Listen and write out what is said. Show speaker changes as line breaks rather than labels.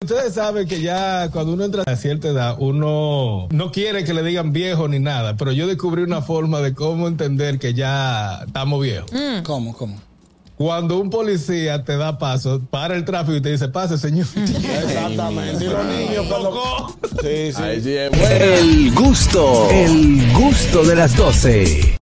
ustedes saben que ya cuando uno entra a cierta edad, uno no quiere que le digan viejo ni nada, pero yo descubrí una forma de cómo entender que ya estamos viejos.
¿Cómo, cómo?
Cuando un policía te da paso, para el tráfico y te dice, pase, señor.
Exactamente. Y los niños cuando... Sí, sí.
El gusto, el gusto de las 12.